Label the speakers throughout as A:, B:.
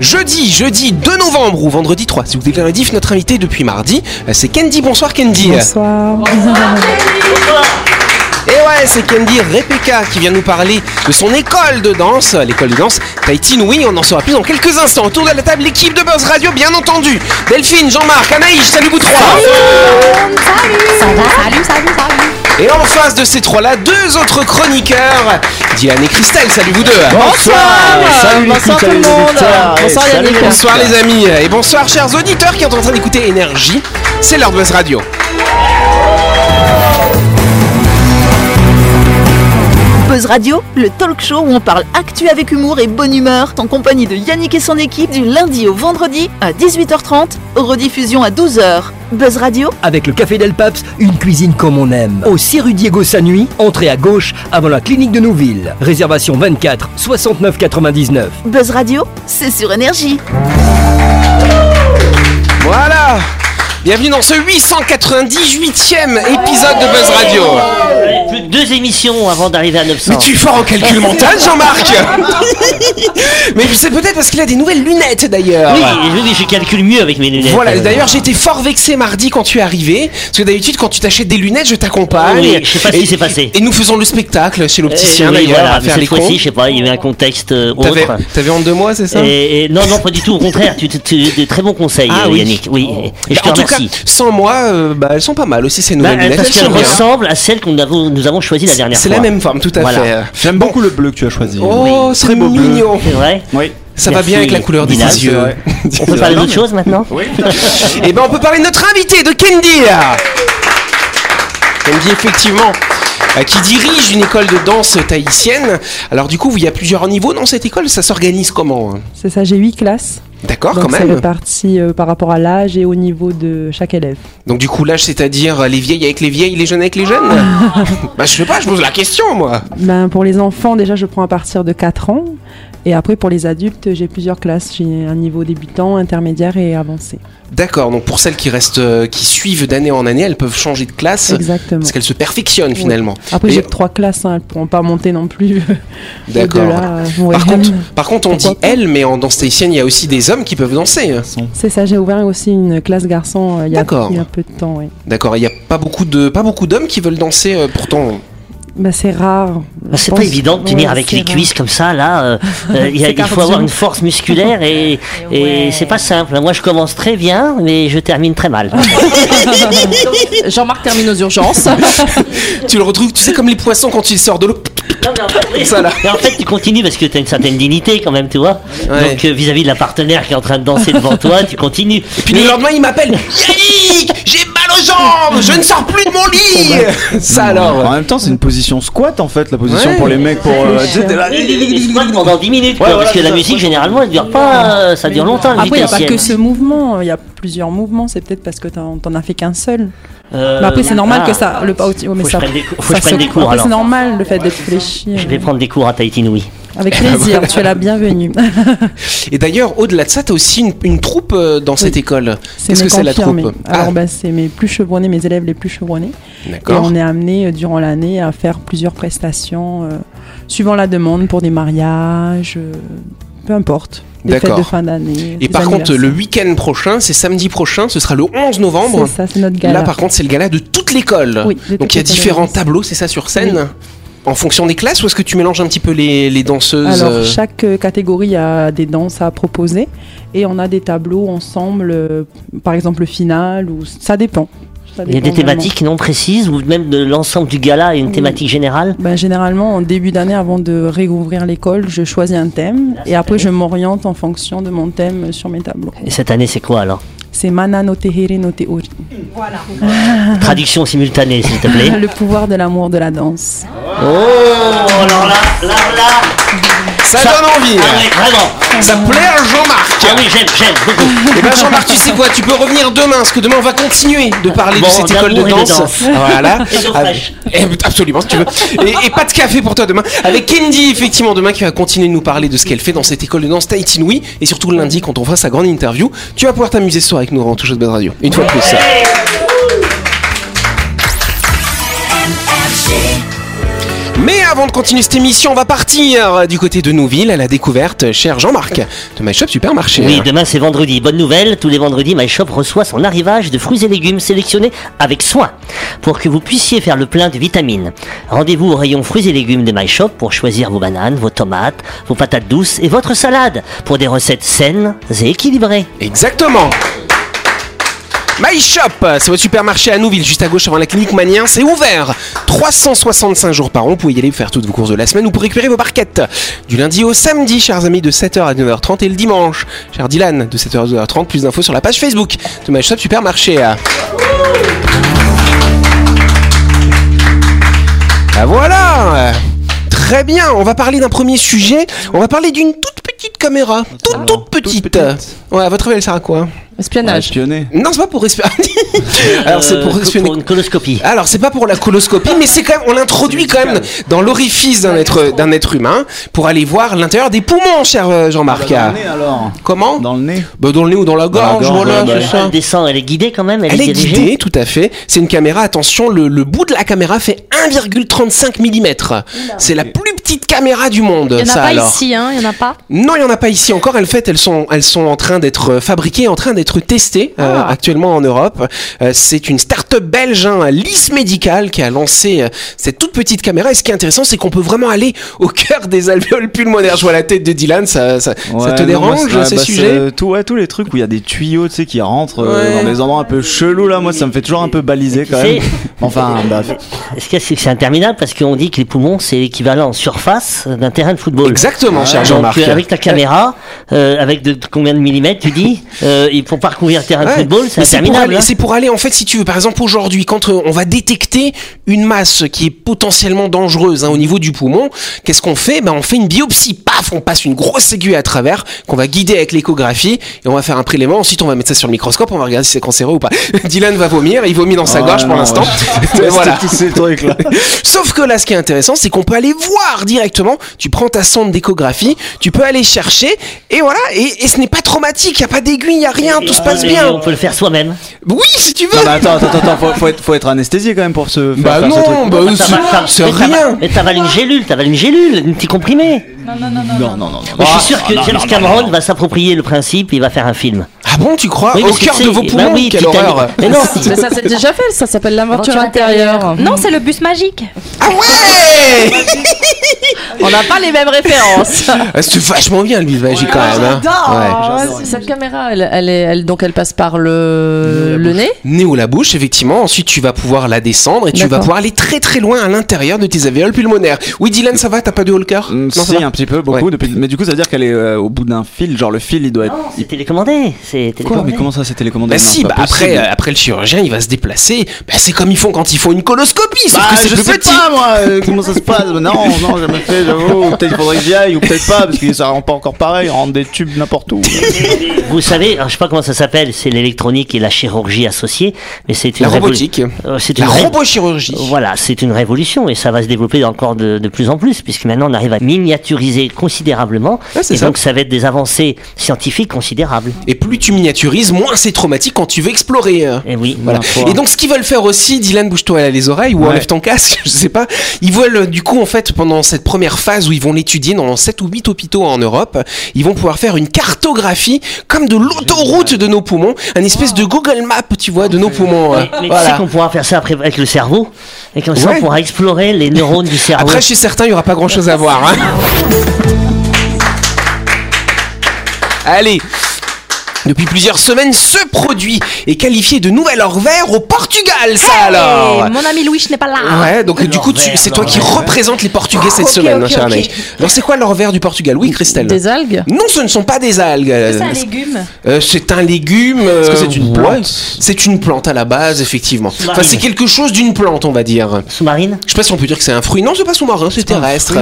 A: Jeudi, jeudi 2 novembre ou vendredi 3, si vous déclarez diff, notre invité depuis mardi, euh, c'est Candy. Bonsoir Candy.
B: Bonsoir.
A: Et Eh ouais, c'est Candy Rebecca qui vient nous parler de son école de danse, l'école de danse Tahiti Oui, on en saura plus dans quelques instants. Autour de la table, l'équipe de Buzz Radio, bien entendu. Delphine, Jean-Marc, Anaïs, salut vous trois.
C: Salut, salut, salut.
A: Et en face de ces trois-là, deux autres chroniqueurs, Diane et Christelle, salut vous deux.
D: Salut
B: Bonsoir tout le monde. Bonsoir Yannick.
A: Bonsoir les amis et bonsoir chers auditeurs qui sont en train d'écouter Énergie, c'est l'heure de Buzz Radio.
E: Buzz Radio, le talk show où on parle actu avec humour et bonne humeur, en compagnie de Yannick et son équipe du lundi au vendredi à 18h30, rediffusion à 12h. Buzz Radio,
D: Avec le Café Del Paps, une cuisine comme on aime. Au 6 rue Diego Sanui, entrée à gauche avant la clinique de Nouville. Réservation 24 69 99.
E: Buzz Radio, c'est sur énergie.
A: Voilà Bienvenue dans ce 898e épisode de Buzz Radio.
F: Plus de deux émissions avant d'arriver à 900.
A: Mais tu es fort en calcul mental, Jean-Marc Mais c'est peut-être parce qu'il a des nouvelles lunettes d'ailleurs.
F: Oui, oui, oui, Ah je calcule mieux avec mes lunettes.
A: Voilà, et d'ailleurs j'étais fort vexé mardi quand tu es arrivé, parce que d'habitude quand tu t'achètes des lunettes, je t'accompagne.
F: Oui, je sais pas ce
A: Et-
F: qui s'est passé.
A: Et nous faisons le spectacle chez
F: Euh,
A: l'opticien
F: oui,
A: d'ailleurs,
F: voilà,
A: à
F: mais
A: faire les
F: cette
A: cons.
F: fois-ci, je sais pas, il y avait un contexte euh,
A: T'avais,
F: autre.
A: t'avais honte de moi, c'est ça
F: Et, et- non, non, pas du tout. Au contraire, tu tu- tu- de très bons conseils,
A: Ah
F: euh,
A: oui.
F: Yannick. Oui, et je
A: Bah,
F: te
A: en tout cas,
F: remercie.
A: sans moi, euh, bah, elles sont pas mal aussi ces
F: Bah,
A: nouvelles lunettes.
F: parce
A: elles sont
F: qu'elles
A: bien.
F: ressemblent à celles que nous avons, nous avons choisies la dernière
A: C'est
F: fois.
A: la même forme, tout à
F: Voilà.
A: fait.
G: J'aime beaucoup le bleu que tu as choisi.
A: Oh,
G: Oui.
A: c'est mignon.
F: C'est vrai
G: Oui.
A: Ça va
F: Merci,
A: bien avec la couleur des
F: Dylan.
A: yeux.
F: On peut parler d'autre chose maintenant
A: Et ben on peut parler de notre invité, de Kendi. Kendi effectivement, euh, qui dirige une école de danse tahitienne. Alors du coup, il y a plusieurs niveaux dans cette école. Ça s'organise comment hein
B: C'est ça, j'ai 8 classes.
A: D'accord,
B: donc
A: Ah, quand
B: c'est
A: même.
B: réparti euh, par rapport à l'âge et au niveau de chaque élève.
A: Donc du coup, l'âge, c'est-à-dire euh, les vieilles avec les vieilles, les jeunes avec les jeunes. bah je sais pas, je pose la question moi.
B: Ben, pour les enfants, déjà, je prends à partir de 4 ans. Et après, pour les adultes, j'ai plusieurs classes. J'ai un niveau débutant, intermédiaire et avancé.
A: D'accord. Donc pour celles qui restent, euh, qui suivent d'année en année, elles peuvent changer de classe.
B: Exactement.
A: Parce qu'elles se perfectionnent
B: Oui.
A: finalement.
B: Après,
A: Et-
B: j'ai que trois classes, hein, elles pourront pas monter non plus.
A: D'accord.
B: au-delà, euh, ouais.
A: Par contre, par contre, on
B: Pourquoi
A: dit
B: pas
A: elle, mais en danse tahitienne, il y a aussi des hommes qui peuvent danser.
B: C'est ça, j'ai ouvert aussi une classe garçon euh, il y, a,
A: D'accord.
B: il y a peu de temps. oui.
A: D'accord, il n'y a pas beaucoup de pas beaucoup d'hommes qui veulent danser euh, pourtant.
B: Ben, c'est rare.
F: Ah, C'est
B: Je
F: pas
B: pense-
F: évident de tenir
B: ouais,
F: avec
B: c'est
F: les
B: rare.
F: cuisses comme ça, là. euh, euh, il y a-
B: C'est
F: il faut
B: cardio.
F: avoir une force musculaire et, et
C: ouais.
F: c'est pas simple. Moi, je commence très bien, mais je termine très mal.
C: Jean-Marc termine aux urgences.
A: Tu le retrouves, tu sais comme les poissons quand ils sortent de l'eau. Ça, là.
F: Mais en fait, tu continues parce que tu as une certaine dignité quand même, tu vois.
A: Ouais.
F: Donc, euh, vis-à-vis de la partenaire qui est en train de danser devant toi, tu continues.
A: Puis le lendemain, il m'appelle. Yannick, j'ai mal aux jambes, je ne sors plus de mon
B: Oh, bah.
A: lit. Ça alors.
G: En même temps, c'est une position squat en fait, la bah. position
A: Ouais.
G: pour les mecs pour. euh, tu sais, t'es là-
F: Et- et- et tu vois, pendant 10 minutes, quoi,
G: Ouais,
F: parce
G: voilà,
F: que la
G: c'est ça.
F: musique, généralement, elle dure pas, euh, ça dure longtemps. la
B: Après, il n'y a pas
F: vitesse
B: que
F: sienne.
B: ce mouvement, il y a plusieurs mouvements, c'est peut-être parce que t'en t'en as fait qu'un seul.
F: Euh,
B: mais après, c'est normal
F: ah,
B: que ça. Le pas oh, mais
F: Faut que je
B: ça.
F: prenne des cou- faut que
B: ça
F: je prenne
B: se-
F: des cours,
B: après,
F: alors.
B: C'est normal le fait d'être fléchi. euh,
F: Je vais prendre des cours à Tahiti Nui.
B: Avec
A: Ah,
B: plaisir,
A: bah.
B: tu es la bienvenue.
A: Et d'ailleurs, au-delà de ça, t'as aussi une, une troupe euh, dans cette école. Qu'est-ce
B: mes
A: que c'est la
B: confirmés.
A: troupe
B: Alors,
A: Ah.
B: ben, c'est mes plus chevronnés, mes élèves les plus chevronnés. Et
A: D'accord.
B: on est amené euh, durant l'année à faire plusieurs prestations euh, suivant la demande pour des mariages, euh, peu importe. Des fêtes
A: D'accord.
B: de fin d'année.
A: Et
B: des
A: par contre, le
B: anniversaires.
A: week-end prochain, c'est samedi prochain, ce sera le 11 novembre.
B: Ah, C'est ça, c'est notre gala.
A: Là, par contre, c'est le gala de toute l'école.
B: Oui, de
A: Donc
B: toute
A: il y a
B: l'école.
A: différents tableaux, c'est ça sur scène. En fonction des classes, ou est-ce que tu mélanges un petit peu les, les danseuses
B: Alors,
A: euh,
B: chaque euh, catégorie a des danses à proposer et on a des tableaux ensemble, euh, par exemple le final, ou ça dépend. Ça
F: Il y a
B: dépend
F: des thématiques non précises ou même de l'ensemble du gala et une
B: Oui.
F: thématique générale.
B: vraiment. Ben, généralement, en début d'année, avant de réouvrir l'école, je choisis un thème et après je m'oriente en fonction de mon thème euh, sur mes tableaux.
F: Et cette année, c'est quoi alors
B: C'est Mana no Tehere no Teori, Ah.
F: Traduction simultanée, s'il te plaît.
B: le pouvoir de l'amour de la danse.
F: Oh, alors là, là, là.
A: Ça, donne envie hein.
F: Ah ouais, vraiment.
A: Ça plaît à Jean-Marc
F: Ah oui, j'aime, j'aime beaucoup.
A: Et ben Jean-Marc, tu sais quoi Tu peux revenir demain, parce que demain on va continuer de parler
F: Bon,
A: de cette école de
F: d'amour et
A: danse.
F: de danse.
A: Voilà.
F: Et d'eau fraîche.
A: Ah, eh, Absolument, si tu veux. Et, et pas de café pour toi demain. Avec Kendi, effectivement, demain, qui va continuer de nous parler de ce qu'elle fait dans cette école de danse Tahiti Nui. Et surtout le lundi, quand on fera sa grande interview, tu vas pouvoir t'amuser ce soir avec nous en touche de Bad Radio. Une fois de plus. Mais avant de continuer cette émission, on va partir euh, du côté de Nouville à la découverte, cher Jean-Marc, de My Shop Supermarché.
F: Oui, demain c'est vendredi. Bonne nouvelle, tous les vendredis, My Shop reçoit son arrivage de fruits et légumes sélectionnés avec soin pour que vous puissiez faire le plein de vitamines. Rendez-vous au rayon fruits et légumes de My Shop pour choisir vos bananes, vos tomates, vos patates douces et votre salade pour des recettes saines et équilibrées.
A: Exactement. My Shop, c'est votre supermarché à Nouville, juste à gauche avant la clinique Manien. C'est ouvert 365 jours par an. Vous pouvez y aller faire toutes vos courses de la semaine ou pour récupérer vos barquettes. Du lundi au samedi, chers amis, de 7h à 9h30 et le dimanche, cher Dylan, de 7h à 9h30. Plus d'infos sur la page Facebook de My Shop Supermarché. Ah voilà Très bien, on va parler d'un premier sujet. On va parler d'une toute petite caméra. Toute,
G: Alors,
A: toute petite.
G: toute petite.
A: Ouais, à votre avis, elle sert à quoi
C: Espionnage.
G: Espionner.
A: non, c'est pas pour espionner. Alors c'est Ah, pour
F: Euh,
A: espionner.
F: une coloscopie.
A: Alors c'est pas pour la coloscopie, mais c'est quand même on l'introduit quand même dans l'orifice d'un être d'un être humain pour aller voir l'intérieur des poumons, cher euh, Jean-Marc.
G: Dans le nez alors.
A: Comment
G: Dans le nez.
A: Bah, dans le nez ou dans la
G: Dans la
A: gorge,
G: gorge,
A: voilà,
G: ouais, bah,
A: c'est
F: Elle
A: ça.
F: descend, elle est guidée quand même, elle,
A: Elle est
F: dirigée.
A: guidée, tout à fait. C'est une caméra, attention, le, le bout de la caméra fait 1,35 mm. C'est la plus petite caméra du monde,
H: Il n'y en a
A: ça
H: pas
A: alors.
H: ici, hein, il n'y en a pas.
A: Non, il n'y en a pas ici encore. Elles, fait, elles, sont, elles sont en train d'être euh, fabriquées, en train d'être testées euh,
G: Ah.
A: actuellement en Europe. Euh, c'est une start-up belge, hein, Lys Médical, qui a lancé euh, cette toute petite caméra. Et ce qui est intéressant, c'est qu'on peut vraiment aller au cœur des alvéoles pulmonaires. Je vois la tête de Dylan, ça, ça, ça
G: Ouais,
A: te
G: non, moi,
A: dérange,
G: c'est- ouais,
A: ces
G: bah, c'est,
A: sujets
G: euh, tout, ouais, tous les trucs où il y a des tuyaux, tu sais, qui rentrent euh,
A: Ouais.
G: dans des endroits un peu chelous, là, moi, ça me fait toujours un peu baliser quand
F: Tu sais-
G: même. Enfin, bah,
F: Ce qu'il y a, c'est que c'est interminable parce qu'on dit que les poumons c'est l'équivalent en surface d'un terrain de football.
A: Exactement, cher
F: Donc,
A: Jean-Marc.
F: euh, avec ta caméra, euh, avec de, de combien de millimètres tu dis, euh, et pour parcourir le terrain de
A: Ouais.
F: football, c'est
A: Mais c'est pour,
F: interminable.
A: aller,
F: hein.
A: c'est pour aller, en fait, si tu veux, par exemple, aujourd'hui, quand euh, on va détecter une masse qui est potentiellement dangereuse hein, au niveau du poumon, qu'est-ce qu'on fait ben, On fait une biopsie, paf, on passe une grosse aiguille à travers, qu'on va guider avec l'échographie, et on va faire un prélèvement, ensuite on va mettre ça sur le microscope, on va regarder si c'est cancéreux ou pas. Dylan va vomir, il vomit dans sa
G: Ah,
A: gorge pour
G: non,
A: l'instant.
G: ouais.
A: Mais voilà.
G: C'est ces trucs là.
A: Sauf que là, ce qui est intéressant, c'est qu'on peut aller voir directement. Tu prends ta sonde d'échographie, tu peux aller chercher, et voilà. Et, et ce n'est pas traumatique, il n'y a pas d'aiguille, il n'y a rien, tout se passe
F: Et
A: bien.
F: Euh, On peut le faire soi-même.
A: Oui, si tu veux.
G: Non, mais attends, attends, attends, faut, faut être, faut être anesthésié quand même pour se faire,
A: Bah
G: faire ce
A: non,
G: truc.
A: bah
F: T'avales- t'avales-
A: c'est- c'est
F: mais t'avales-
A: rien.
F: Mais t'avales une gélule, t'avales une gélule, un petit comprimé.
G: Non, non, non, non.
F: Moi,
A: Ah,
F: je suis sûr que James Cameron va s'approprier le principe et va faire un film.
A: Ah bon, tu crois
F: Oui,
A: Au
F: parce que
A: cœur
F: tu
A: de
F: sais,
A: vos
F: bah
A: poumons,
F: oui,
A: quelle
F: Titanic.
A: horreur
F: Mais non,
C: Mais ça c'est déjà fait, ça s'appelle l'aventure intérieure.
H: Non, c'est le bus magique.
A: Ah ouais
C: On n'a pas les mêmes références.
A: Ah, C'est vachement bien le visage quand même. hein. Ouais.
C: Cette caméra, elle, elle est, elle- donc elle passe par le, le nez.
A: Nez ou la bouche, effectivement. Ensuite, tu vas pouvoir la descendre et tu vas
C: D'accord.
A: pouvoir aller très très loin à l'intérieur de tes alvéoles pulmonaires. Oui, Dylan, ça va T'as pas de haut le cœur
G: Mm,
A: ça
G: si,
A: va
G: un petit peu, beaucoup.
A: Ouais. Ah
G: Depuis... Mais du coup, ça veut dire qu'elle est euh, au bout d'un fil. Genre, le fil, il doit être.
F: non, c'est télécommandé. C'est
G: Quoi
F: télécommandé.
G: Mais comment ça, c'est télécommandé
A: Bah
G: Non,
A: si,
G: pas
A: bah
G: possible.
A: après, euh, après le chirurgien, il va se déplacer. Bah, c'est comme ils font quand ils font une coloscopie, sauf
G: Bah,
A: que c'est
G: je
A: plus
G: sais
A: petit.
G: pas moi euh, comment ça se passe. Non, non, jamais fait, j'avoue. Peut-être qu'il faudrait que j'y aille ou peut-être pas parce que ça rend pas encore pareil. Rendre des tubes n'importe où.
F: Vous savez, alors, je sais pas comment ça s'appelle, c'est l'électronique et la chirurgie associée, mais c'est une
A: La
F: révolu-
A: robotique,
F: Euh, c'est une
A: la
F: ré-
A: robochirurgie.
F: Voilà, c'est une révolution et ça va se développer encore de, de plus en plus, puisque maintenant on arrive à miniaturiser considérablement,
A: Ouais, c'est
F: et
A: ça.
F: donc ça va être des avancées scientifiques considérables.
A: Et plus tu miniaturises, moins c'est traumatique quand tu veux explorer. euh.
F: Et oui,
A: Voilà.
G: Parfois.
A: Et donc ce qu'ils veulent faire aussi, Dylan bouge-toi les oreilles ou
G: Ouais.
A: enlève ton casque, je sais pas. Ils veulent euh, du coup en fait pendant cette première phase où ils vont l'étudier dans 7 ou 8 hôpitaux en Europe, ils vont pouvoir faire une cartographie comme de l'autoroute de nos poumons, un espèce de Google Map, tu vois, de nos poumons. euh.
F: Mais, mais tu sais
A: Voilà.
F: qu'on pourra faire ça après avec le cerveau, et comme ça
A: Ouais.
F: on pourra explorer les neurones du cerveau.
A: Après, chez certains, il n'y aura pas grand chose à voir. hein. Allez. Depuis plusieurs semaines, ce produit est qualifié de nouvel or vert au Portugal, ça alors
H: Et mon ami Louis n'est pas là.
A: Ouais, donc du coup,
F: l'or
A: tu-
F: vert,
A: c'est toi
F: l'or
A: qui
F: vert.
A: représente les Portugais cette
C: Ah. ok,
A: semaine,
C: ok,
A: cher
C: ok.
A: Anaïs. Alors, c'est quoi l'or vert du Portugal Oui, Christelle
C: Des algues.
A: Non, ce ne sont pas des algues.
H: C'est un
A: Euh,
H: légume.
A: euh, c'est un légume. Est-ce
G: que c'est une plante
A: C'est une plante à la base, effectivement. Enfin,
F: Marine.
A: c'est quelque chose d'une plante, on va dire.
F: Sous-marine
A: Je sais pas si on peut dire que c'est un fruit. Non, c'est pas sous-marin, c'est terrestre.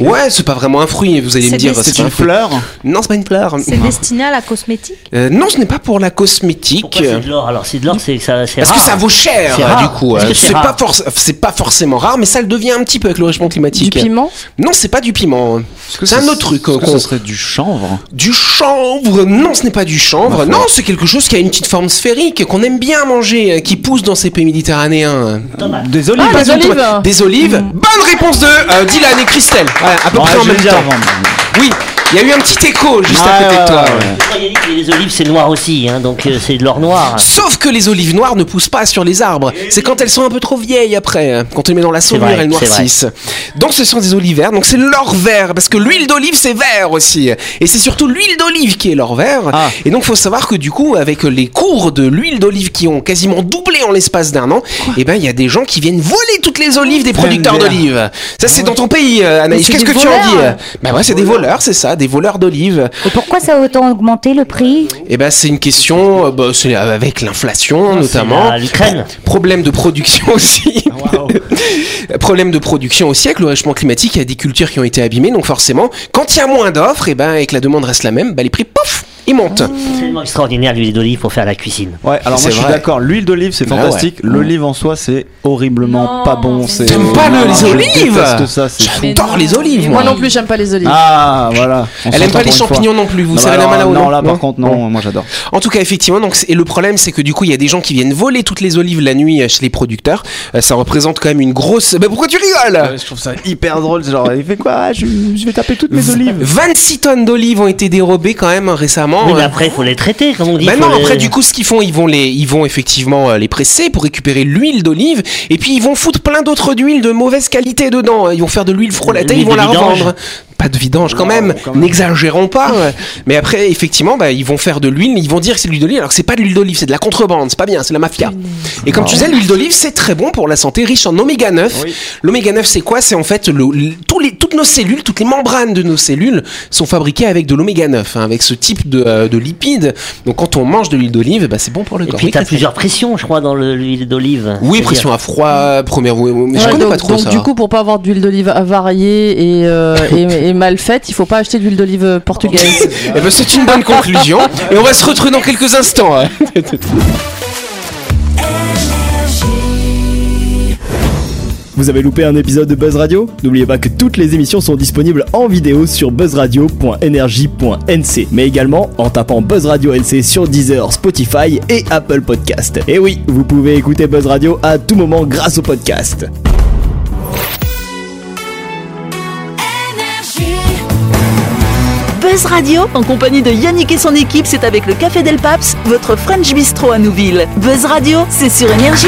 A: Ouais, c'est pas vraiment un fruit, vous allez
H: C'est
A: me dire.
H: des-
A: c'est
G: C'est
A: pas un
G: une
A: fruit.
G: fleur.
A: Non, c'est pas une fleur.
H: C'est destiné à la cosmétique.
A: Euh, Euh, non, ce n'est pas pour la cosmétique.
F: Pourquoi c'est de l'or Alors, c'est de l'or, c'est ça, c'est
A: Parce
F: rare.
A: euh, que ça vaut cher,
F: C'est rare.
A: du coup.
F: Est-ce
A: euh,
F: que c'est
A: C'est pas,
F: rare
A: forc- c'est pas forcément rare, mais ça le devient un petit peu avec le réchauffement climatique.
C: Du piment
A: Non, c'est pas du piment. hein. C'est un autre truc.
I: Est-ce que
A: qu'on-
I: ça serait du chanvre
A: Du chanvre Non, ce n'est pas du chanvre. Non, c'est quelque chose qui a une petite forme sphérique, qu'on aime bien manger, euh, qui pousse dans ces pays méditerranéens.
I: Des olives
C: Ah,
A: Pas
C: des
A: une tomate.
C: olives Mm.
A: Des olives. Bonne réponse de euh, Dylan et Christelle. Voilà, à peu
I: Ouais,
A: près en
I: je
A: même
I: vais dire
A: temps.
I: avant.
A: Oui, il y a eu un petit écho juste à
G: Ouais,
A: côté
G: ouais,
A: de toi.
G: ouais,
A: ouais.
G: ouais.
F: Quand il y a dit que Les olives, c'est noir aussi, hein, donc euh, c'est de l'or noir.
A: Ah. Sauf que les olives noires ne poussent pas sur les arbres. C'est quand elles sont un peu trop vieilles après. hein. Quand on les met dans la saumure,
F: vrai,
A: elles
F: c'est
A: noircissent. Donc ce sont des olives vertes. Donc c'est l'or vert. Parce que l'huile d'olive, c'est vert aussi. Et c'est surtout l'huile d'olive qui est l'or vert.
I: Ah.
A: Et donc faut savoir que du coup, avec les cours de l'huile d'olive qui ont quasiment doublé en l'espace d'un an, eh ben il y a des gens qui viennent voler toutes les olives des producteurs
I: Bien.
A: d'olives. Ça, c'est dans ton pays, euh, Anaïs.
J: c'est
A: Qu'est-ce que
J: des
A: tu en dis
J: voleurs.
A: Bah ouais, c'est des voleurs, c'est ça. Des voleurs d'olives.
J: Et pourquoi ça a autant augmenté le prix
A: Eh ben, c'est une question, euh, bah, c'est avec l'inflation notamment.
F: C'est la- L'Ukraine.
A: Problème de production aussi.
G: Ah,
A: Problème de production aussi avec le réchauffement climatique. Il y a des cultures qui ont été abîmées, donc forcément, quand il y a moins d'offres, et ben, et que la demande reste la même, bah, les prix, pof, ils montent.
G: Ah.
F: C'est tellement extraordinaire l'huile d'olive pour faire la cuisine.
G: Ouais, alors
A: C'est
G: moi je suis
A: vrai.
G: d'accord, l'huile d'olive c'est
A: Bah
G: fantastique, l'olive en soi c'est horriblement
C: Non.
G: pas bon. c'est-
A: T'aimes pas le- les
G: Je
A: olives
G: déteste ça, c'est fou.
C: Mais
A: J'adore
C: non,
A: les olives,
C: mais
A: moi.
C: Moi non plus, j'aime pas les olives.
G: Ah voilà. on
A: Elle aime
G: s'entend
A: pas les
G: pour une fois.
A: champignons non plus, vous
G: Non,
A: savez la
G: alors, euh,
A: malao,
G: Non,
A: non
G: là
A: Non
G: par contre, non, moi j'adore.
A: En tout cas, effectivement, donc, c'est- et le problème, c'est que du coup, il y a des gens qui viennent voler toutes les olives la nuit euh, chez les producteurs. Euh, ça représente quand même une grosse. Bah, pourquoi tu rigoles
G: je trouve ça hyper drôle. c'est Genre, il fait quoi Ah, je, je vais taper toutes mes olives.
A: 26 tonnes d'olives ont été dérobées quand même récemment.
F: Oui, mais
A: Euh,
F: après, il faut les traiter, comme on dit.
A: Bah
F: faut
A: non,
F: les-
A: après du coup ce qu'ils font, ils vont les ils vont effectivement euh, les presser pour récupérer l'huile d'olive et puis ils vont foutre plein d'autres d'huiles de mauvaise qualité dedans, ils vont faire de l'huile frelatée,
F: L'huile
A: ils vont
F: de
A: la
F: vidange.
A: revendre. Pas de vidange quand même, n'exagérons pas. ouais. Mais après effectivement, bah, ils vont faire de l'huile, ils vont dire que c'est de l'huile d'olive alors que c'est pas de l'huile d'olive, c'est de la contrebande, c'est pas bien, c'est la mafia. Et comme tu disais, l'huile d'olive c'est très bon pour la santé, riche en oméga 9. L'oméga 9 c'est quoi C'est en fait le, le- tous les toutes nos cellules, toutes les membranes de nos cellules sont fabriquées avec de l'oméga 9, hein, avec ce type de, euh, de lipides. Donc quand on mange de l'huile d'olive, bah, c'est bon pour le
F: Et
A: corps.
F: puis,
A: Oui,
F: t'as
A: Catherine.
F: plusieurs pressions, je crois, dans le- l'huile d'olive.
A: Oui,
F: C'est-à-dire-
A: pression à froid, première. oui, oui, Mais je
C: Ouais,
A: connais
C: donc,
A: pas trop
C: donc,
A: ça.
C: du coup, pour pas avoir d'huile d'olive avariée et, euh, et, et mal faite, il faut pas acheter d'huile d'olive portugaise.
A: Eh ben, c'est une bonne conclusion. Et on va se retrouver dans quelques instants. hein.
K: Vous avez loupé un épisode de Buzz Radio N'oubliez pas que toutes les émissions sont disponibles en vidéo sur buzzradio.energie.nc, mais également en tapant Buzz Radio NC sur Deezer, Spotify et Apple Podcast. Et oui, vous pouvez écouter Buzz Radio à tout moment grâce au podcast.
E: Buzz Radio, en compagnie de Yannick et son équipe, c'est avec le Café Del Paps, votre French Bistro à Nouville. Buzz Radio, c'est sur Énergie.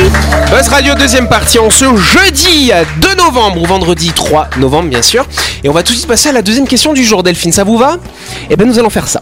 A: Buzz Radio deuxième partie en ce jeudi euh, 2 novembre ou vendredi 3 novembre bien sûr. Et on va tout de suite passer à la deuxième question du jour Delphine, ça vous va Eh ben nous allons faire ça.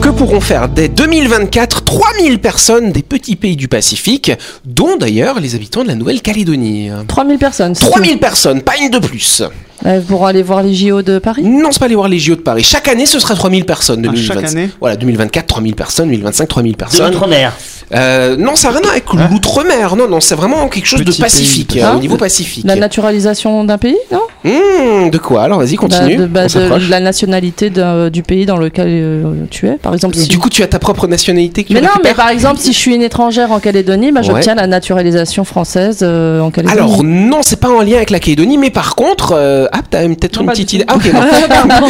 A: Que pourront faire dès 2024 3000 personnes des petits pays du Pacifique, dont d'ailleurs les habitants de la Nouvelle-Calédonie
C: 3000 personnes. c'est
A: 3000 personnes, pas une de plus.
C: tout. Euh, Pour aller voir les JO de Paris
A: Non, c'est pas aller voir les JO de Paris. Chaque année, ce sera 3000 personnes.
G: Ah, chaque
A: 2025.
G: année
A: Voilà, 2024, 3000 personnes, 2025, 3000
F: De
A: personnes.
F: l'outre-mer.
A: Euh, non, ça n'a rien à voir avec l'outre-mer. Non, non, c'est vraiment quelque chose
G: Ah. Petit
A: de pacifique,
G: pays,
A: euh,
C: hein.
A: au niveau pacifique.
C: La naturalisation d'un pays, non
A: Hmm, de quoi Alors, vas-y, continue.
C: Bah, de, bah,
A: on
C: de
A: s'approche.
C: la nationalité d'un- du pays dans lequel euh, tu es. Par exemple, si.
A: Du coup, tu as ta propre nationalité que tu
C: mais non, mais
A: récupères
C: par exemple, si je suis une étrangère en Calédonie, bah, j'obtiens la naturalisation française euh, en Calédonie.
A: Alors, non, c'est pas en lien avec la Calédonie, mais par contre. euh, Ah, t'as peut-être
C: Non,
A: une
C: pas
A: petite
C: du
A: idée.
C: tout.
A: Ah, ok, non.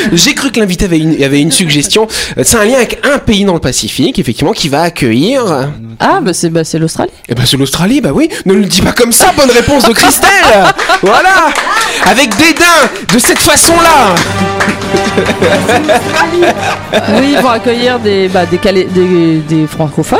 A: J'ai cru que l'invité avait une, avait une suggestion. Euh, C'est un lien avec un pays dans le Pacifique, effectivement, qui va accueillir. euh,
C: Ah, bah, c'est bah, c'est l'Australie.
A: Eh ben c'est l'Australie, bah oui. Ne le dis pas comme ça, bonne réponse de Christelle. voilà. Avec dédain, de cette façon-là.
C: oui, ils vont accueillir des, bah, des, Calé- des, des francophones.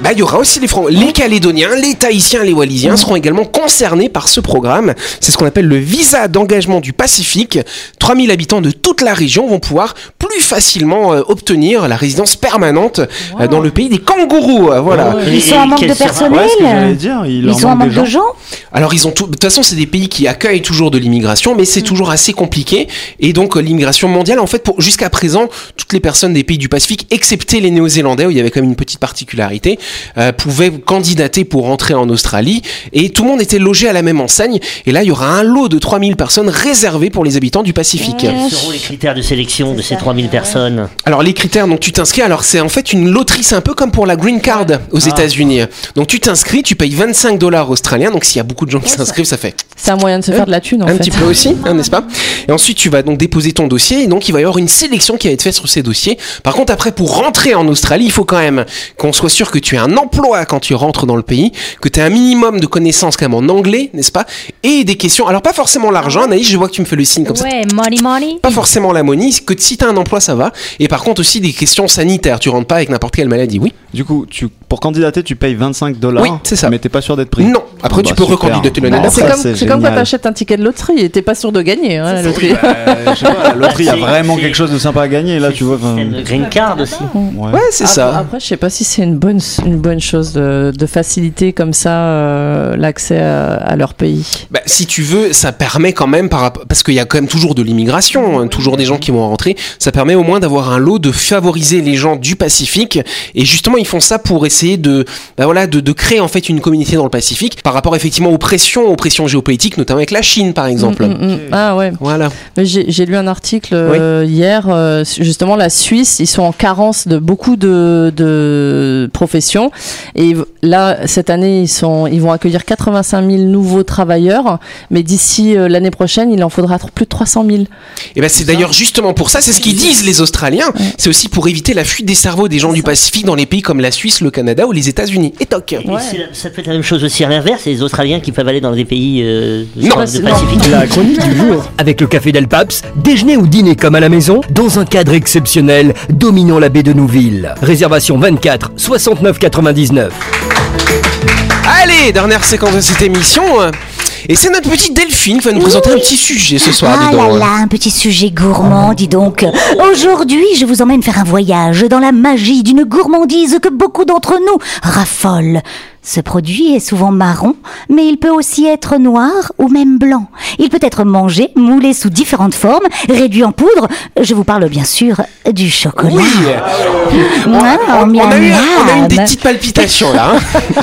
A: Bah il y aura aussi les Fran- les Calédoniens, les Tahitiens, les Wallisiens seront également concernés par ce programme. C'est ce qu'on appelle le visa d'engagement du Pacifique. 3000 habitants de toute la région vont pouvoir plus facilement euh, obtenir la résidence permanente euh, dans le pays des kangourous. euh, voilà.
F: Et
J: Ils sont en manque
F: quel
J: de
F: sera-
J: personnel
G: Ouais, ce que j'allais dire, il
J: Ils
G: en
J: sont en
G: manque
J: manque
G: des
J: de
G: gens.
J: gens
A: Alors ils ont tout- de toute façon c'est des pays qui accueillent toujours de l'immigration mais c'est toujours assez compliqué et donc euh, l'immigration mondiale en fait pour jusqu'à présent toutes les personnes des pays du Pacifique excepté les Néo-Zélandais où il y avait quand même une petite particularité euh, pouvaient candidater pour entrer en Australie et tout le monde était logé à la même enseigne et là il y aura un lot de 3000 personnes réservées pour les habitants du Pacifique.
F: Quels seront les critères de sélection de ces 3000 1000 personnes.
A: Alors les critères dont tu t'inscris, alors c'est en fait une loterie, c'est un peu comme pour la green card aux États-Unis. Donc tu t'inscris, tu payes 25 dollars australiens, donc s'il y a beaucoup de gens qui s'inscrivent, ça fait
C: C'est un moyen de se faire de la thune en
A: un
C: fait.
A: petit peu aussi, hein, n'est-ce pas Et ensuite tu vas donc déposer ton dossier, et donc il va y avoir une sélection qui va être faite sur ces dossiers. Par contre après pour rentrer en Australie, il faut quand même qu'on soit sûr que tu aies un emploi quand tu rentres dans le pays, que tu aies un minimum de connaissances quand même en anglais, n'est-ce pas Et des questions, alors pas forcément l'argent, Anaïs, je vois que tu me fais le signe comme ça.
H: Ouais, money, money.
A: Pas forcément la money, que si t'as un emploi, ça va. Et par contre aussi des questions sanitaires. Tu rentres pas avec n'importe quelle maladie, oui.
G: Du coup, tu, pour candidater, tu payes 25 dollars.
A: Oui, c'est ça.
G: Mais t'es pas sûr d'être pris.
A: Non. Après, tu peux
G: super. Bah,
A: recandidater l'année
G: Bon,
A: d'après.
C: Bah, C'est
G: ça,
C: comme, c'est comme quand
G: génial.
C: t'achètes un ticket de loterie et t'es pas sûr de gagner hein, la loterie.
G: Euh, je sais pas, la loterie, il y a
F: C'est-
G: vraiment
F: c'est-
G: quelque chose de sympa à gagner. Là, tu vois. enfin, euh,
F: C'est le green card aussi.
G: ouais.
A: Ouais, c'est
C: Après-
G: ah,
A: ça.
C: Après, je sais pas si c'est une bonne, une bonne chose de, de faciliter comme ça euh, l'accès à, à leur pays.
A: Bah, si tu veux, ça permet quand même, par rapport- parce qu'il y a quand même toujours de l'immigration, hein, toujours des gens qui vont rentrer, ça permet au moins d'avoir un lot, de favoriser les gens du Pacifique. Et justement, ils font ça pour essayer de, bah voilà, de, de créer en fait une communauté dans le Pacifique par rapport effectivement aux pressions, aux pressions géopolitiques, notamment avec la Chine par exemple.
C: Mm, mm, mm. Ah ouais.
A: Voilà.
C: Mais J'ai j'ai lu un article euh, hier, euh, su- justement, la Suisse, ils sont en carence de beaucoup de, de professions. Et v- là, cette année, ils, sont, ils vont accueillir 85 000 nouveaux travailleurs. Mais d'ici euh, l'année prochaine, il en faudra tr- plus de 300 000.
A: Et ben c'est d'ailleurs justement pour ça, c'est ce qu'ils disent les Australiens, c'est aussi pour éviter la fuite des cerveaux des gens du Pacifique dans les pays comme la Suisse, le Canada ou les États-Unis. Et toc.
F: Et c'est la- ça peut être la même chose aussi à l'inverse, les Australiens qui peuvent aller dans des pays euh, de-
A: Non,
F: de Pacifique.
K: La chronique du jour.
D: Avec le café Del Paps, déjeuner ou dîner comme à la maison, dans un cadre exceptionnel, dominant la baie de Nouville. Réservation 24 69 99.
A: Allez, dernière séquence de cette émission. Et c'est notre petite Delphine qui va nous présenter un petit sujet ce soir.
J: Ah
A: dis donc.
J: là là, un petit sujet gourmand, dis donc. Aujourd'hui, je vous emmène faire un voyage dans la magie d'une gourmandise que beaucoup d'entre nous raffolent. Ce produit est souvent marron, mais il peut aussi être noir ou même blanc. Il peut être mangé, moulé sous différentes formes, réduit en poudre. Je vous parle bien sûr du chocolat.
A: Oui.
J: Mouah,
A: On, on a eu, on a eu
J: miam,
A: des
K: Ah,
J: miam.
K: bah.
A: petites palpitations là. hein.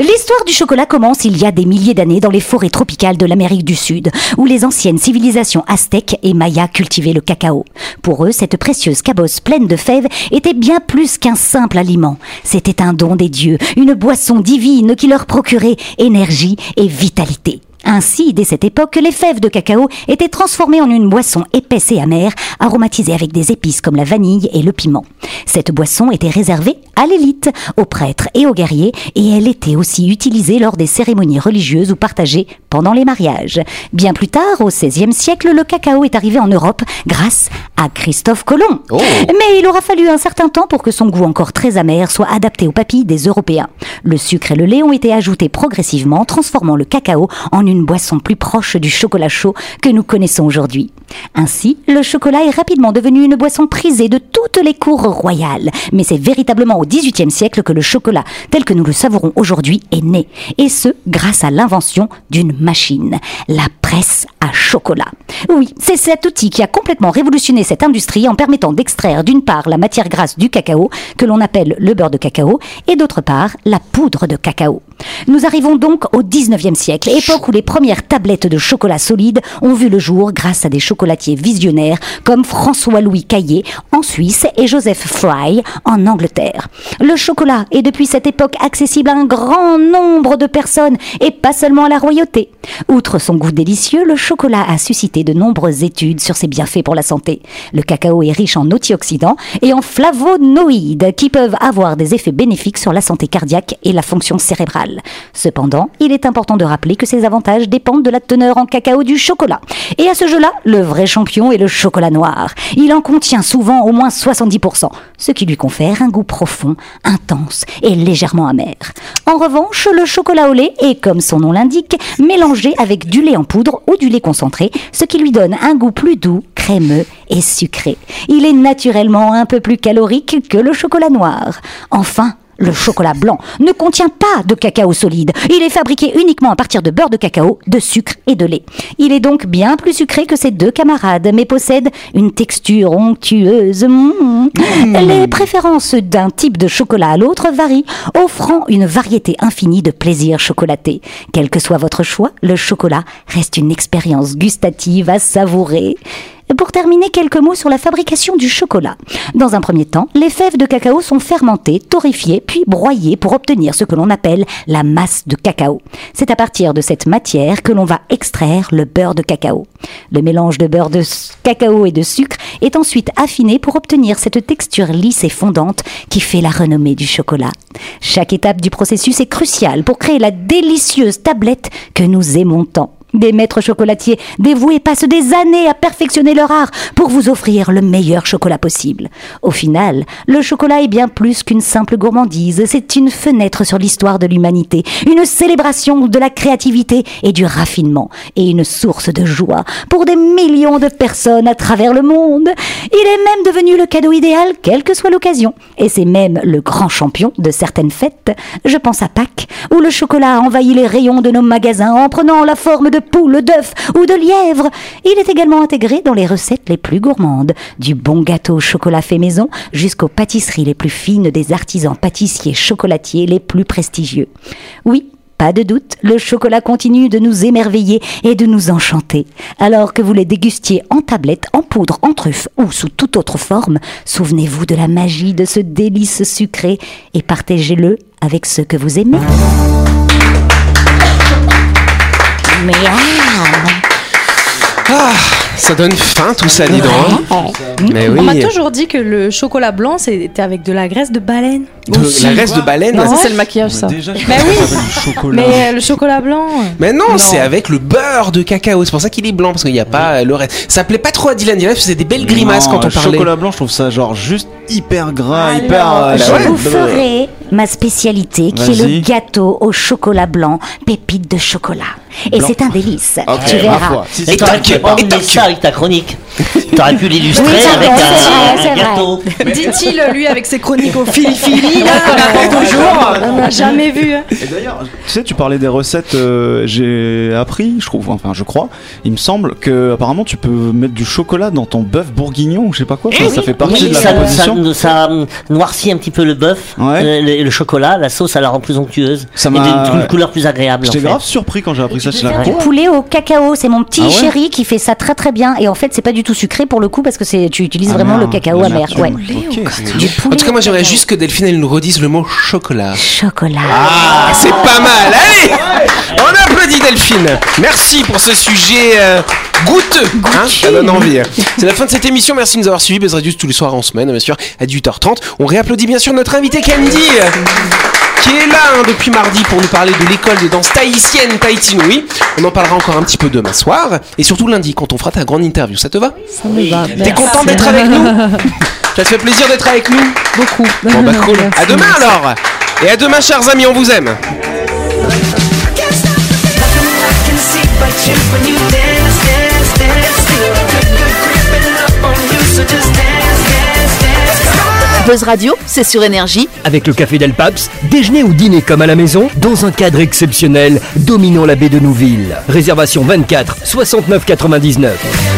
J: L'histoire du chocolat commence il y a des milliers d'années dans les forêts tropicales de l'Amérique du Sud, où les anciennes civilisations aztèques et mayas cultivaient le cacao. Pour eux, cette précieuse cabosse pleine de fèves était bien plus qu'un simple aliment. C'était un don des dieux, une boisson divine qui leur procurait énergie et vitalité. Ainsi, dès cette époque, les fèves de cacao étaient transformées en une boisson épaisse et amère, aromatisée avec des épices comme la vanille et le piment. Cette boisson était réservée à l'élite, aux prêtres et aux guerriers, et elle était aussi utilisée lors des cérémonies religieuses ou partagées pendant les mariages. Bien plus tard, au XVIe siècle, le cacao est arrivé en Europe grâce à Christophe Colomb. Mais il aura fallu un certain temps pour que son goût encore très amer soit adapté aux papilles des Européens. Le sucre et le lait ont été ajoutés progressivement, transformant le cacao en une boisson plus proche du chocolat chaud que nous connaissons aujourd'hui. Ainsi, le chocolat est rapidement devenu une boisson prisée de toutes les cours royales. Mais c'est véritablement au XVIIIe siècle que le chocolat, tel que nous le savourons aujourd'hui, est né. Et ce, grâce à l'invention d'une machine, la presse à chocolat. Oui, c'est cet outil qui a complètement révolutionné cette industrie en permettant d'extraire d'une part la matière grasse du cacao, que l'on appelle le beurre de cacao, et d'autre part la poudre de cacao. Nous arrivons donc au 19e siècle, époque où les premières tablettes de chocolat solide ont vu le jour grâce à des chocolatiers visionnaires comme François-Louis Caillé en Suisse et Joseph Fry en Angleterre. Le chocolat est depuis cette époque accessible à un grand nombre de personnes et pas seulement à la royauté. Outre son goût délicieux, le chocolat a suscité de nombreuses études sur ses bienfaits pour la santé. Le cacao est riche en antioxydants et en flavonoïdes qui peuvent avoir des effets bénéfiques sur la santé cardiaque et la fonction cérébrale. Cependant, il est important de rappeler que ces avantages dépendent de la teneur en cacao du chocolat. Et à ce jeu-là, le vrai champion est le chocolat noir. Il en contient souvent au moins 70%, ce qui lui confère un goût profond, intense et légèrement amer. En revanche, le chocolat au lait est, comme son nom l'indique, mélangé avec du lait en poudre ou du lait concentré, ce qui lui donne un goût plus doux, crémeux et sucré. Il est naturellement un peu plus calorique que le chocolat noir. Enfin, le chocolat blanc ne contient pas de cacao solide. Il est fabriqué uniquement à partir de beurre de cacao, de sucre et de lait. Il est donc bien plus sucré que ses deux camarades, mais possède une texture onctueuse. Mm. Les préférences d'un type de chocolat à l'autre varient, offrant une variété infinie de plaisirs chocolatés. Quel que soit votre choix, le chocolat reste une expérience gustative à savourer. Pour terminer, quelques mots sur la fabrication du chocolat. Dans un premier temps, les fèves de cacao sont fermentées, torréfiées, puis broyées pour obtenir ce que l'on appelle la masse de cacao. C'est à partir de cette matière que l'on va extraire le beurre de cacao. Le mélange de beurre de s- cacao et de sucre est ensuite affiné pour obtenir cette texture lisse et fondante qui fait la renommée du chocolat. Chaque étape du processus est cruciale pour créer la délicieuse tablette que nous aimons tant. Des maîtres chocolatiers dévoués passent des années à perfectionner leur art pour vous offrir le meilleur chocolat possible. Au final, le chocolat est bien plus qu'une simple gourmandise, c'est une fenêtre sur l'histoire de l'humanité, une célébration de la créativité et du raffinement, et une source de joie pour des millions de personnes à travers le monde. Il est même devenu le cadeau idéal, quelle que soit l'occasion, et c'est même le grand champion de certaines fêtes. Je pense à Pâques, où le chocolat a envahi les rayons de nos magasins en prenant la forme de poule, d'œuf ou de lièvre. Il est également intégré dans les recettes les plus gourmandes, du bon gâteau au chocolat fait maison jusqu'aux pâtisseries les plus fines des artisans pâtissiers chocolatiers les plus prestigieux. Oui, pas de doute, le chocolat continue de nous émerveiller et de nous enchanter. Alors que vous les dégustiez en tablette, en poudre, en truffe ou sous toute autre forme, souvenez-vous de la magie de ce délice sucré et partagez-le avec ceux que vous aimez. hein.
A: Ah, ça donne faim tout ça, dis donc. hein. Mais oui.
H: On m'a
J: bah,
H: toujours dit que le chocolat blanc c'était avec de la graisse de baleine.
A: De- la graisse de baleine.
C: Non, ça, c'est le maquillage, ça.
H: Mais oui,
G: chocolat.
H: mais euh, le chocolat blanc. euh,
A: Mais non, c'est avec le beurre de cacao. C'est pour ça qu'il est blanc, parce qu'il n'y a pas euh, le reste. Ça plaît pas trop à Dylan. Dylan faisait des belles grimaces euh,
G: Non,
A: quand on
G: le
A: parlait.
G: chocolat blanc, je trouve ça genre juste hyper gras, hyper. euh,
J: Je
G: bah ouais.
J: vous ferai ma spécialité qui est
G: Vas-y.
J: le gâteau au chocolat blanc, pépite de chocolat. Et
G: Blanc.
J: c'est un délice,
G: Ok,
J: tu
G: ma
J: verras.
G: foi. Si, si,
F: Et t'aurais
G: t'inquiète
F: pu
G: pas.
F: enlever ça avec ta chronique. T'aurais pu l'illustrer
J: Oui, c'est
F: avec
J: vrai, c'est
F: un,
J: vrai,
F: un
J: c'est
F: gâteau.
H: Dit-il, lui, avec ses chroniques au fili-fili, là, euh, on n'a jamais vu. hein.
G: Et d'ailleurs, tu sais, tu parlais des recettes, euh, j'ai appris, je trouve, enfin, je crois, il me semble que apparemment tu peux mettre du chocolat dans ton bœuf bourguignon ou je sais pas quoi, enfin, ça fait partie
F: Oui,
G: de la
F: ça, ça,
G: composition.
F: ça, euh, noircit un petit peu le bœuf,
G: Ouais.
F: euh, le, le chocolat, la sauce, ça la rend plus onctueuse.
G: Ça
F: et
G: m'a-
F: d'une d'une couleur plus agréable. en
G: J'étais
F: fait.
G: grave surpris quand j'ai appris ça, je suis là,
J: Faire
G: quoi
J: du poulet au cacao, c'est mon petit
G: Ah ouais
J: chéri qui fait ça très très bien et en fait c'est pas du tout sucré pour le coup parce que c'est tu utilises
G: Ah,
J: vraiment le
G: merde,
J: cacao
G: la
J: amer.
G: merde,
J: Ouais.
G: tu- ok, c'est-
J: Du
A: En
J: poulet
A: tout cas, moi
J: au
A: j'aimerais
J: cacao.
A: juste que Delphine elle nous redise le mot chocolat.
J: chocolat.
A: Ah, c'est pas mal. Allez, on applaudit Delphine. Merci pour ce sujet euh, goûteux. hein, ça donne envie. C'est la fin de cette émission. Merci de nous avoir suivis. Buzz Radio tous les soirs en semaine, bien sûr, à 18h30. On réapplaudit bien sûr notre invité Candy. euh, Qui est là hein, depuis mardi pour nous parler de l'école de danse tahitienne Tahitinoui. On en parlera encore un petit peu demain soir et surtout lundi quand on fera ta grande interview. Ça te va
C: Ça me va.
A: T'es
C: merci.
A: content d'être avec nous Ça te fait plaisir d'être avec nous
C: Beaucoup.
A: Bon bah cool.
C: Merci,
A: À demain
C: merci.
A: alors. Et à demain, chers amis, on vous aime.
E: Buzz Radio, c'est sur énergie
D: Avec le café Del Paps, déjeuner ou dîner comme à la maison, dans un cadre exceptionnel, dominant la baie de Nouville. Réservation 24 69 99.